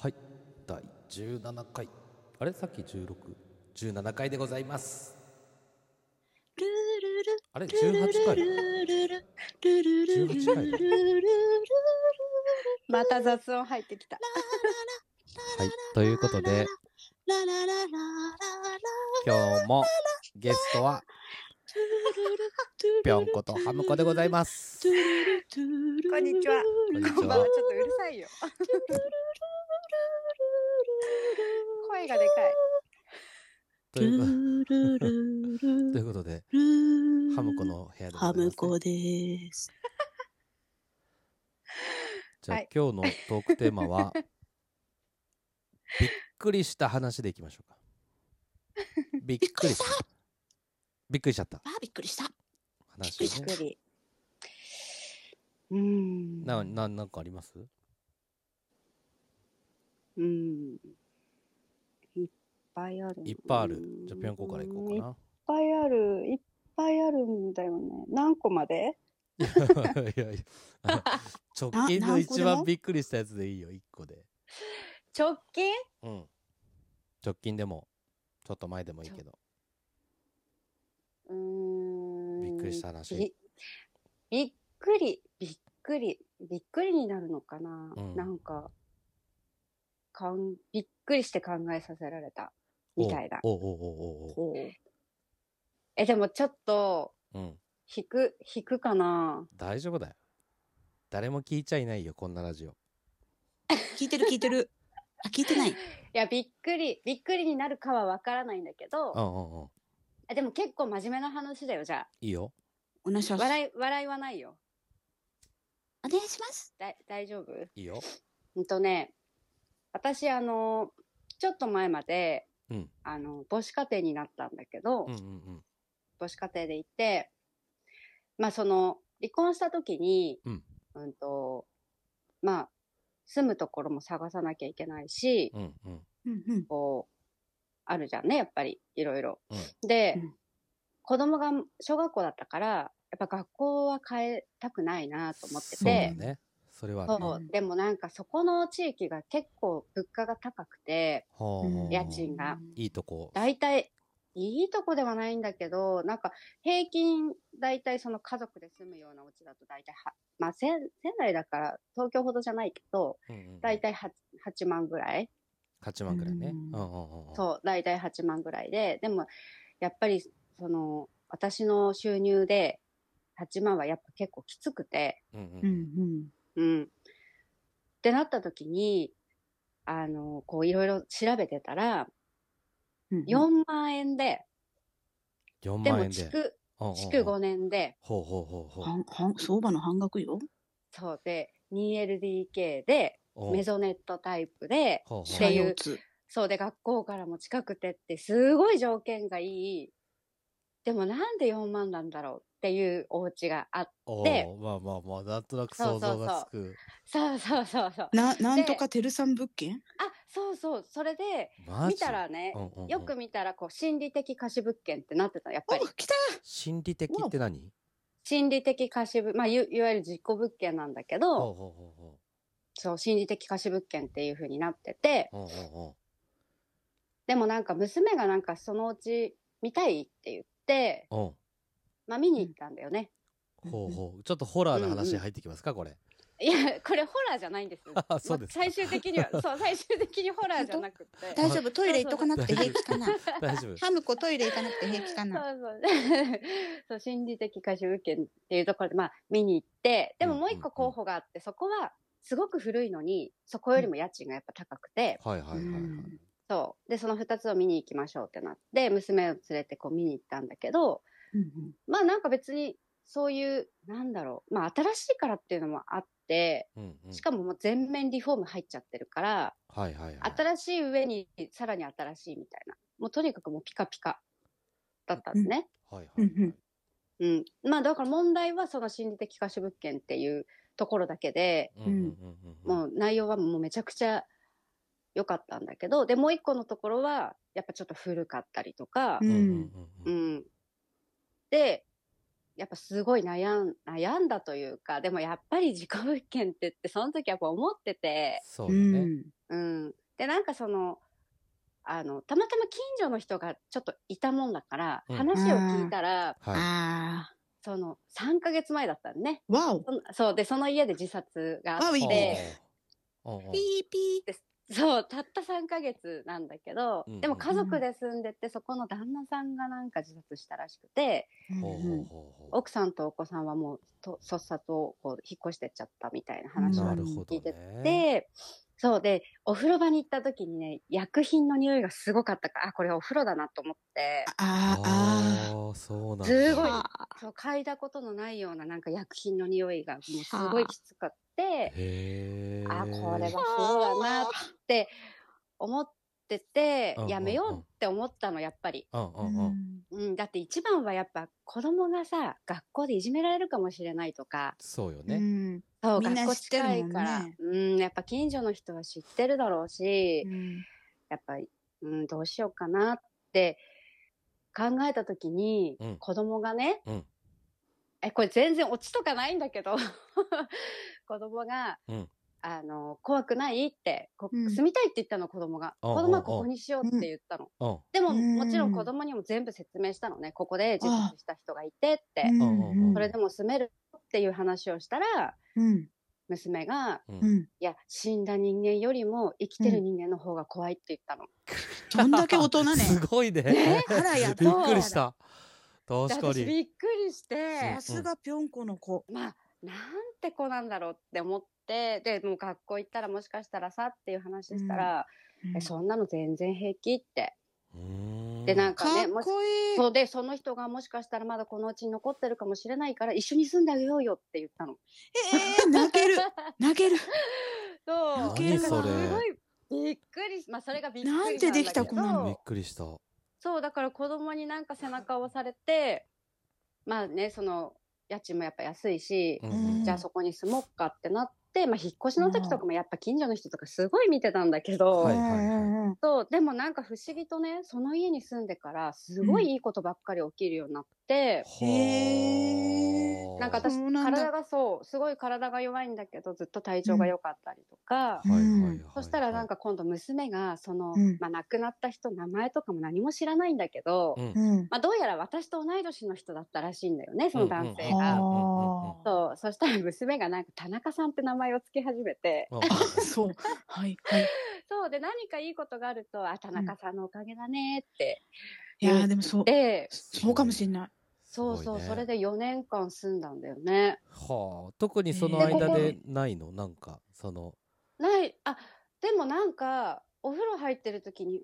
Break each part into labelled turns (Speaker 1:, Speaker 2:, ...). Speaker 1: はい第17回
Speaker 2: あれさっき16
Speaker 1: 17回でございます
Speaker 3: ルルル
Speaker 2: あれ
Speaker 3: ルル
Speaker 2: 18回
Speaker 3: ルルルルルルルルルルル
Speaker 2: 18回
Speaker 3: ルルル
Speaker 4: また雑音入ってきた。
Speaker 2: はいということで
Speaker 3: ラララララララ
Speaker 1: 今日もゲストはぴょんことハムコでございます
Speaker 4: こんにちは
Speaker 1: こんにちは
Speaker 4: こんばんは。ちょっとうるさいよ。声がでかい。
Speaker 1: ということ
Speaker 3: ルルルル
Speaker 1: ということで
Speaker 3: ル
Speaker 1: ハムコの部屋でござい
Speaker 3: ハ
Speaker 1: ますね、
Speaker 3: ムコです
Speaker 1: じゃあ、
Speaker 4: はい
Speaker 1: 今日のトークテーマはびっくりした話でいきましょうかびっくりしたびっくりしちゃった
Speaker 3: あびっくりした
Speaker 1: 話を
Speaker 4: び
Speaker 1: ね
Speaker 4: っくり。うーん。
Speaker 1: なななんかあります
Speaker 4: うん。いっぱいある。
Speaker 1: いっぱいあるじゃあぴょんこからいこうか
Speaker 4: いっ
Speaker 1: な
Speaker 4: ぱいある。いっぱいあるんだよね。何個まで
Speaker 1: いや いやいやあの直近の
Speaker 4: 何個
Speaker 1: 一
Speaker 4: でも
Speaker 1: 番びっくりしたやつでいいよ1個で、
Speaker 4: 直近
Speaker 1: うん、直近でもちょっと前でもいいけど
Speaker 4: うーん。
Speaker 1: びっくりした話
Speaker 4: びびっくり。びっくり。びっくりになるのかな。
Speaker 1: うん
Speaker 4: なんかかん、びっくりして考えさせられた。みたいな。
Speaker 1: おうおうおうおうおう
Speaker 4: え、でもちょっと、
Speaker 1: うん
Speaker 4: 引く、引くかな
Speaker 1: 大丈夫だよ誰も聞いちゃいないよこんなラジオ
Speaker 3: 聞いてる聞いてるあ聞いてない
Speaker 4: いや、びっくり、びっくりになるかはわからないんだけ
Speaker 1: うん
Speaker 4: ど、
Speaker 1: うんうん
Speaker 4: あでも結構真面目な話だよ、じゃ
Speaker 1: いいよ
Speaker 3: お願いし
Speaker 4: あ。
Speaker 3: ます
Speaker 4: 笑い、笑いはないよ。
Speaker 3: お願いします
Speaker 4: だ大丈夫
Speaker 1: いいよ
Speaker 4: うんとね、私、あの、ちょっと前まで、
Speaker 1: うん
Speaker 4: あの、母子家庭になったんだけど、
Speaker 1: うんうんうん
Speaker 4: 母子家庭でいて、まあ、その、離婚した時に、
Speaker 1: うん
Speaker 4: と、まあ、住むところも探さなきゃいけないし、
Speaker 1: うんうん
Speaker 3: うんうん
Speaker 4: こう、あるじゃんね、やっぱり、いろいろ。
Speaker 1: う
Speaker 4: で、
Speaker 3: うん
Speaker 4: 子供が小学校だったから、やっぱ学校は変えたくないなと思って
Speaker 1: そうだ
Speaker 4: て、
Speaker 1: ねそれは
Speaker 4: そ
Speaker 1: ね
Speaker 4: う
Speaker 3: ね
Speaker 4: でもなんかそこの地域が結構物価が高くて、
Speaker 1: ほうほうほう
Speaker 4: 家賃が
Speaker 1: いいとこ
Speaker 4: 大体、いいとこではないんだけど、なんか平均、大体その家族で住むようなお家だと大体は、まあ仙仙台だから東京ほどじゃないけど、
Speaker 1: うんうんうん
Speaker 4: 大体 8, 8万ぐらい
Speaker 1: 8万ぐらいね
Speaker 3: うん
Speaker 1: うんうんうんうん
Speaker 4: そう、大体8万ぐらいで、でも、やっぱり、その、私の収入で、8万はやっぱ結構きつくて、
Speaker 1: うんうん
Speaker 3: う
Speaker 1: うんん
Speaker 4: うん。ってなった時に、あの、こう、いろいろ調べてたら、
Speaker 3: うん
Speaker 4: 4万円で、
Speaker 1: 4
Speaker 4: で
Speaker 1: 万
Speaker 4: も、
Speaker 1: 円で
Speaker 4: 築、
Speaker 1: うんうんうん
Speaker 4: 築5年で、
Speaker 1: ほうほうほうほう
Speaker 3: 半半相場の半額よ
Speaker 4: そうで、2LDK で、
Speaker 1: おう
Speaker 4: メゾネットタイプで、
Speaker 1: ほうほう
Speaker 4: っていう
Speaker 3: 四つ
Speaker 4: そうで、学校からも近くてって、すごい条件がいい。でもなんで4万なんだろうっていうお家があって、
Speaker 1: お
Speaker 4: で
Speaker 1: おまあまあまあなんとなく
Speaker 4: そ
Speaker 1: 想
Speaker 4: うそ
Speaker 1: 像
Speaker 4: う
Speaker 1: がつく
Speaker 4: そうそうそうそう。
Speaker 3: ななんとかてるさん物件
Speaker 4: あ、そうそう。それで、
Speaker 1: マジ
Speaker 4: 見たらね
Speaker 1: う、んうんうん
Speaker 4: よく見たら、こう、心理的貸し物件ってなってたのやっぱり。
Speaker 3: 来た
Speaker 1: 心理的って何
Speaker 4: 心理的貸し物、まあ、ゆいわゆる実行物件なんだけ
Speaker 1: ほう
Speaker 4: ど、
Speaker 1: ほうほうほ
Speaker 4: そう、心理的貸し物件っていう風になってて、
Speaker 1: うほうほうほ
Speaker 4: でもなんか娘がなんかそのうち見たいって言って、
Speaker 1: うう
Speaker 4: まあ、見に行ったんだよね。
Speaker 1: んほうほうちょっとホラーの
Speaker 4: うん
Speaker 1: 話
Speaker 4: うん
Speaker 1: 入ってきますかこれ。
Speaker 4: いや、これホラーじゃないんですよ
Speaker 1: あ そうですか
Speaker 4: まあ最終的には、そう、最終的にホラーじゃなく て。
Speaker 1: 大
Speaker 4: そう
Speaker 1: 丈
Speaker 5: 夫ト
Speaker 4: イレ行っとかな
Speaker 1: くて平気か
Speaker 5: な
Speaker 1: 大丈夫
Speaker 5: ハムコトイレ行かなくて平気か
Speaker 4: そう。そう、 心理的貸し物件っていうところで、まあ、見に行って、でももう一個候補があって、そこは、すごく古いのに、そこよりも家賃がやっぱ高くて、
Speaker 1: はいはいはいはい
Speaker 3: うん
Speaker 4: そう。で、その二つを見に行きましょうってなって、娘を連れてこう見に行ったんだけど、
Speaker 3: うん
Speaker 4: まあなんか別に、そういう、なんだろう、まあ新しいからっていうのもあって、
Speaker 1: うんうん
Speaker 4: しかももう全面リフォーム入っちゃってるから、
Speaker 1: はいはいはい
Speaker 4: 新しい上にさらに新しいみたいな。もうとにかくもうピカピカだったんですね。
Speaker 1: はいは
Speaker 3: う
Speaker 1: い
Speaker 3: んうん
Speaker 4: うん。まあだから問題はその心理的可視物件っていうところだけで、
Speaker 1: うんうんうんうん
Speaker 4: もう内容はもうめちゃくちゃ良かったんだけど、で、もう一個のところは、やっぱちょっと古かったりとか、
Speaker 3: う
Speaker 1: うんんうんう
Speaker 4: うんん。で、やっぱすごい悩ん悩んだというか、でもやっぱり自己物件ってって、その時やっぱ思ってて、
Speaker 1: そう
Speaker 3: う
Speaker 1: だね
Speaker 3: ん
Speaker 4: うん。で、なんかその、あの、たまたま近所の人がちょっといたもんだから、
Speaker 1: うん
Speaker 4: 話を聞いたら、
Speaker 1: は
Speaker 3: あ
Speaker 4: その、3ヶ月前だったのね。
Speaker 3: あ。わお。
Speaker 4: そんそう、で、その家で自殺があっ
Speaker 3: あいい
Speaker 4: て、
Speaker 3: ね
Speaker 1: おうおうおうおう
Speaker 3: ピーピ
Speaker 4: そう、たった3ヶ月なんだけど、
Speaker 1: うん
Speaker 4: でも家族で住んでて、そこの旦那さんがなんか自殺したらしくて、
Speaker 3: ー。
Speaker 1: ほうほうほうほう
Speaker 4: 奥さんとお子さんはもうと、そっさとこう引っ越してっちゃったみたいな話を
Speaker 1: な
Speaker 3: な
Speaker 1: る
Speaker 3: る
Speaker 1: ほ
Speaker 3: ほ
Speaker 1: ど
Speaker 4: どね
Speaker 1: ね。
Speaker 4: で、そうで、お風呂場に行った時にね、薬品の匂いがすごかったから、あ、これお風呂だなと思って、
Speaker 3: ああ、
Speaker 1: ああ、そうなんだ。
Speaker 4: す
Speaker 3: あ
Speaker 4: ごい
Speaker 1: へ
Speaker 3: あ。
Speaker 4: そう、嗅いだことのないようななんか薬品の匂いがもうすごいきつかって、
Speaker 1: え。
Speaker 4: あ、これはそうだなって思ってて
Speaker 1: うんうんう、ん
Speaker 4: やめようって思ったの、やっぱり。
Speaker 1: うんうんうん。
Speaker 4: うん、だって一番はやっぱ子供がさ、学校でいじめられるかもしれないとか、
Speaker 1: そうよね。
Speaker 3: ね。
Speaker 4: そう、
Speaker 3: みん
Speaker 4: 学
Speaker 3: な
Speaker 4: 校
Speaker 3: 知ってる
Speaker 4: 近
Speaker 3: もんね
Speaker 4: いから、うん、やっぱ近所の人は知ってるだろうし、やっぱり、うん、どうしようかなって考えた時に、
Speaker 1: うん
Speaker 4: 子供がね、
Speaker 1: うん
Speaker 4: え、これ全然オチとかないんだ けど、子供が、
Speaker 1: うん
Speaker 4: あの、怖くないって、こ
Speaker 3: うん
Speaker 4: 住みたいって言ったの、子供が。
Speaker 1: おうおうおう
Speaker 4: 子供はここにしようって言ったの。
Speaker 1: うん
Speaker 4: でも、
Speaker 3: うん
Speaker 4: もちろん子供にも全部説明したのね。ここで自殺した人がいてって、
Speaker 1: うん
Speaker 4: それでも住めるっていう話をしたら、
Speaker 3: うん。
Speaker 4: 娘が、
Speaker 3: うん。
Speaker 4: いや、死んだ人間よりも生きてる人間の方が怖いって言ったの。
Speaker 3: どんだけ大人 ね。
Speaker 1: すご いね
Speaker 3: ね。あらやっと
Speaker 1: びっくりした。確か
Speaker 4: で私
Speaker 1: に。
Speaker 4: びっくりして
Speaker 3: さ、すがぴょんこの子。
Speaker 4: まあ、なんて子なんだろうって思って、で、もう学校行ったらもしかしたらさっていう話したら、えそんなの全然平気って。
Speaker 1: うーん
Speaker 4: で、なんか
Speaker 3: か
Speaker 4: ね、
Speaker 3: っ
Speaker 4: もし、
Speaker 3: こいい。
Speaker 4: そうで、その人がもしかしたらまだこのうちに残ってるかもしれないから、一緒に住んであげようよって言ったの。
Speaker 3: ええ、泣ける。泣ける。
Speaker 4: そう。
Speaker 3: 泣ける
Speaker 4: なんか
Speaker 3: わ
Speaker 4: すごい、びっくりし、まあ、それがびっくりしたんだけ
Speaker 3: な
Speaker 4: ど。
Speaker 3: んてできた子なの
Speaker 1: びっくりした。
Speaker 4: そう、だから子供になんか背中を押されて、まあね、その、家賃もやっぱ安いし、
Speaker 1: うんうん
Speaker 4: じゃあそこに住もうかってなって、まあ、引っ越しの時とかもやっぱ近所の人とかすごい見てたんだけど、
Speaker 1: は
Speaker 4: そ
Speaker 1: いはいはい
Speaker 3: うん
Speaker 4: うでもなんか不思議とねその家に住んでからすごいいいことばっかり起きるようになって、
Speaker 3: へ
Speaker 1: はあ
Speaker 4: なんか私
Speaker 3: そうなんだ
Speaker 4: 体がそうすごい体が弱いんだけどずっと体調が良かったりとか、
Speaker 1: はいはいはいはい
Speaker 4: そしたらなんか今度娘がその、
Speaker 3: うん
Speaker 4: まあ、亡くなった人名前とかも何も知らないんだけど、
Speaker 1: うん
Speaker 3: うん。
Speaker 4: まあ、どうやら私と同い年の人だったらしいんだよねその男性
Speaker 1: うんうん
Speaker 4: が。
Speaker 1: はあ
Speaker 4: そうそしたら娘がなんか田中さんって名前を付け始めて
Speaker 1: うん
Speaker 3: そう。はい。はい。
Speaker 4: そうで何かいいことがあると「あ田中さんのおかげだね」って
Speaker 3: いやー、でもそう。
Speaker 4: で
Speaker 3: そうかもしれない。
Speaker 4: そうそう、
Speaker 1: すご
Speaker 4: そ
Speaker 1: いね
Speaker 4: れで4年間住んだんだよね。
Speaker 1: はあ特にその間でないのなんかその
Speaker 4: ないあでもなんかお風呂入ってる時に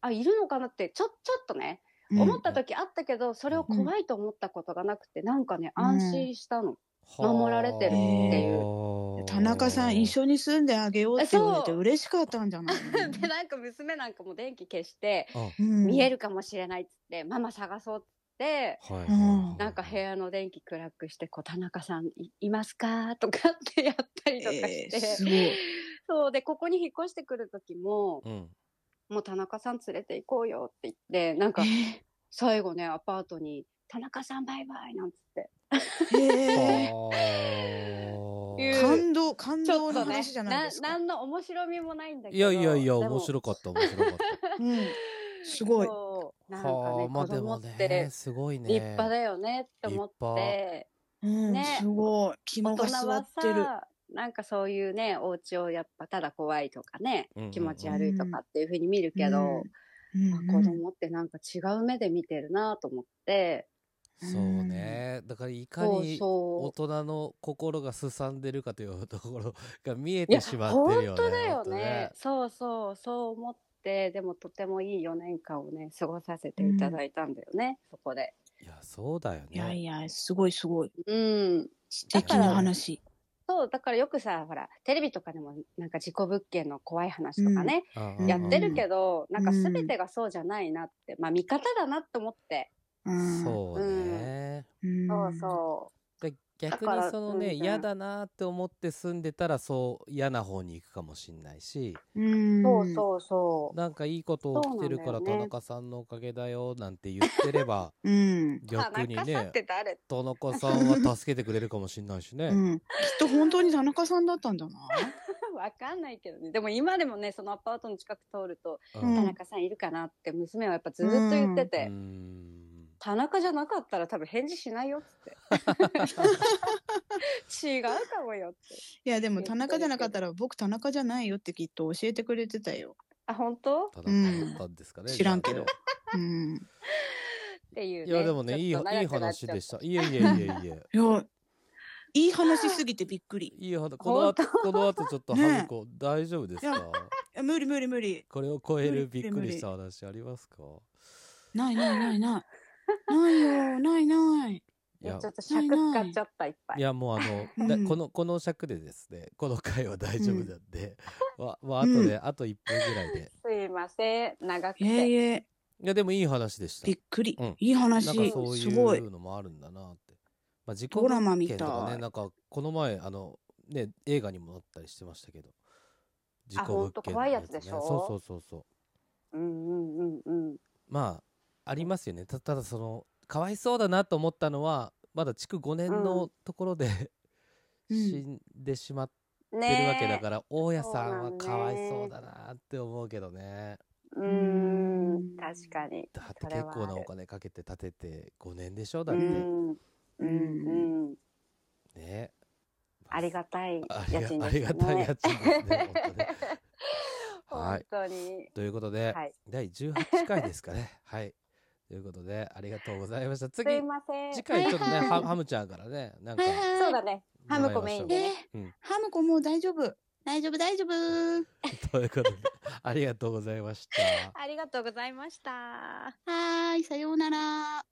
Speaker 4: あいるのかなってちょちょっとね
Speaker 1: ん
Speaker 4: 思った時あったけど、それを怖いと思ったことがなくてなんかね安心したの。守られてるって
Speaker 3: いう
Speaker 1: はあ
Speaker 3: 田中さん一緒に住んであげようって言われて
Speaker 4: そう
Speaker 3: 嬉しかったんじゃない
Speaker 4: でなんか娘なんかも電気消して、見
Speaker 3: 見
Speaker 4: え
Speaker 3: る
Speaker 4: るかもしれないっつってママ探そうっつって。
Speaker 1: はいはい
Speaker 3: うん
Speaker 1: はい
Speaker 4: なんか部屋の電気暗くして、こう、田中さんいいますかとかってやったりとかして、
Speaker 3: すごい。
Speaker 4: そうで、ここに引っ越してくる時も、
Speaker 1: うん
Speaker 4: もう田中さん連れて行こうよって言って、なんか最後ね、アパートに、田中さんバイバイなんつって。
Speaker 3: へ
Speaker 1: は
Speaker 3: え。
Speaker 1: あ
Speaker 4: いう
Speaker 3: 感動、感
Speaker 4: ちょ
Speaker 3: 動
Speaker 4: っと
Speaker 3: の
Speaker 4: ね
Speaker 3: 話じゃ、ない
Speaker 4: な
Speaker 3: ですか。
Speaker 4: 何の面白みもないんだけ
Speaker 1: い
Speaker 4: ど。
Speaker 1: やいやいや
Speaker 4: でも
Speaker 1: 面白かった面白かっ
Speaker 3: うん。すごい。
Speaker 4: そう
Speaker 1: た
Speaker 4: なんかね、
Speaker 1: はあまあ
Speaker 4: 子
Speaker 1: で
Speaker 4: 供
Speaker 1: も
Speaker 4: って
Speaker 1: ねすごいね
Speaker 4: 立派だよねって思って、
Speaker 3: うん、
Speaker 4: ね
Speaker 3: すごい。肝が
Speaker 4: 大人
Speaker 3: 座
Speaker 4: は
Speaker 3: ってる。
Speaker 4: さ、なんかそういうね、お家をやっぱただ怖いとかね、
Speaker 1: うんうんうん
Speaker 4: 気持ち悪いとかっていうふうに見るけど、
Speaker 3: うん、
Speaker 4: あ
Speaker 3: うん
Speaker 4: 子供ってなんか違う目で見てるなと思って、
Speaker 1: そうねだからいか
Speaker 4: そう
Speaker 1: に大
Speaker 4: そ
Speaker 1: 人の心がすさんでるかというところが見え
Speaker 4: う。いや、
Speaker 1: てしまってるよね
Speaker 4: 本当だよねそうそう、そう思って、でもとてもいい4年間をね、過ごさせていただいたんだよね、そこで。
Speaker 1: いやそうだよね
Speaker 3: いやいや、すごいすごい。
Speaker 4: うん。
Speaker 3: 素敵な話。
Speaker 4: そう、だからよくさ、ほら、テレビとかでもなんか事故物件の怖い話とかね、
Speaker 1: うんうん
Speaker 4: やってるけど、なんか
Speaker 3: うん
Speaker 4: 全てがそうじゃないなって、まあ見方だなと思って。
Speaker 3: うん
Speaker 1: そうね、
Speaker 3: うん。
Speaker 4: そうそう。
Speaker 1: で逆
Speaker 4: だか
Speaker 1: に
Speaker 4: ら
Speaker 1: その
Speaker 4: うんう
Speaker 1: ね
Speaker 4: ん
Speaker 1: 嫌だなって思って住んでたらそう嫌な方に行くかもしんないし
Speaker 3: うん。
Speaker 4: そうそうそう。
Speaker 1: なんかいいこと起きてるから
Speaker 4: そうなんだ
Speaker 1: 田
Speaker 4: よね
Speaker 1: 中さんのおかげだよなんて言ってれ ば
Speaker 3: う。うん。
Speaker 1: 逆に
Speaker 4: 田中さん
Speaker 1: ね
Speaker 4: って誰
Speaker 1: 田 中さんは助けてくれるかもしんないしね、
Speaker 3: うん、きっと本当に田中さんだったんだな。
Speaker 4: わ わかんないけどね。でも今でもね、そのアパートの近く通ると、
Speaker 1: う
Speaker 2: うん
Speaker 4: 田中さんいるかなって娘はやっぱずっと言ってて、
Speaker 1: ん
Speaker 4: 田中じゃなかったら多分返事しないよ っつって。違うかもよって。
Speaker 2: いやでも田中じゃなかったら僕田中じゃないよってきっと教えてくれてたよ。
Speaker 4: あ、本当
Speaker 1: ただだったんですかね。
Speaker 2: 知らんけ
Speaker 1: じゃ
Speaker 2: ど。うん。
Speaker 4: っていう、
Speaker 1: あね。
Speaker 4: ね。
Speaker 1: いやでもねいいい
Speaker 4: ちょっと長
Speaker 1: い
Speaker 4: くなっ
Speaker 1: 話
Speaker 4: ちゃった
Speaker 1: でした。いえいえいえいえ。
Speaker 2: いや、いい話しすぎてびっくり。
Speaker 1: いい話この後この後ちょっと
Speaker 2: ね
Speaker 1: ハルコ大丈夫です
Speaker 2: い
Speaker 1: か
Speaker 2: や。いや無理無理無理。
Speaker 1: これを超える
Speaker 2: 無
Speaker 1: び
Speaker 2: 理
Speaker 1: っくりした話ありますか。
Speaker 2: ないないないない。ないよ、ないない。
Speaker 1: いや
Speaker 4: ちょっと尺使っちゃったいっぱい。
Speaker 1: いやもうあの、
Speaker 2: うん
Speaker 1: だこのこの尺でですねこの回は大丈夫なんで、わまああとで、あと1分ぐらいで。
Speaker 4: すいません、長くて。
Speaker 2: いえいえ、
Speaker 1: いやでもいい話でした
Speaker 2: びっ。くり。
Speaker 1: うん
Speaker 2: いい話
Speaker 1: なんかそう
Speaker 2: すご
Speaker 1: い
Speaker 2: い。
Speaker 1: うのもあるんだなって。まあ、自己
Speaker 2: ドラマみたい
Speaker 1: 物件とかね、なんかこの前あのね映画にもなったりしてましたけど。自己物件の
Speaker 4: ほんと怖いやつでしょ
Speaker 1: そうそうそうそう。
Speaker 4: うんうんうんうん。
Speaker 1: まあありますよね。たただそのかわいそうだなと思ったのはまだ築5年
Speaker 4: う
Speaker 1: のところで、
Speaker 2: うん
Speaker 1: 死んでしまって
Speaker 4: ね
Speaker 1: る
Speaker 4: え
Speaker 1: わけだから、大家さんは
Speaker 4: そうなんね
Speaker 1: かわいそうだなって思うけどね。
Speaker 4: うーん、確かに。
Speaker 1: だって
Speaker 4: それ
Speaker 1: 結
Speaker 4: はある
Speaker 1: 構なお金かけて建てて5年でしょだ
Speaker 4: う
Speaker 1: って、
Speaker 4: ん、うん、うん。
Speaker 1: ね。
Speaker 4: ありがたい
Speaker 1: あり
Speaker 4: 家
Speaker 1: が
Speaker 4: 賃
Speaker 1: あ
Speaker 4: です
Speaker 1: り
Speaker 4: ね。
Speaker 1: がたい家賃ですね。本当ね は
Speaker 4: 本
Speaker 1: い。
Speaker 4: 当に。
Speaker 1: ということで、
Speaker 4: はい
Speaker 1: 第18回ですかね。 はい。ということで、ありがとうございました。次
Speaker 4: す、いません。
Speaker 1: 次回ちょっとね、
Speaker 2: はいはい
Speaker 1: ハハムちゃんからね、なんか、
Speaker 2: はい
Speaker 4: そう
Speaker 2: は
Speaker 4: だ
Speaker 2: い。
Speaker 4: ね。 ハムコ
Speaker 1: もら
Speaker 4: メ
Speaker 1: い
Speaker 4: イ
Speaker 1: ましょ
Speaker 4: ンで
Speaker 1: う
Speaker 4: ね。
Speaker 1: うん
Speaker 2: ハムコもう大丈夫。
Speaker 3: 大丈夫、大丈夫。
Speaker 1: ということで、ありがとうございました。
Speaker 4: ありがとうございました。
Speaker 3: はーい、さようなら。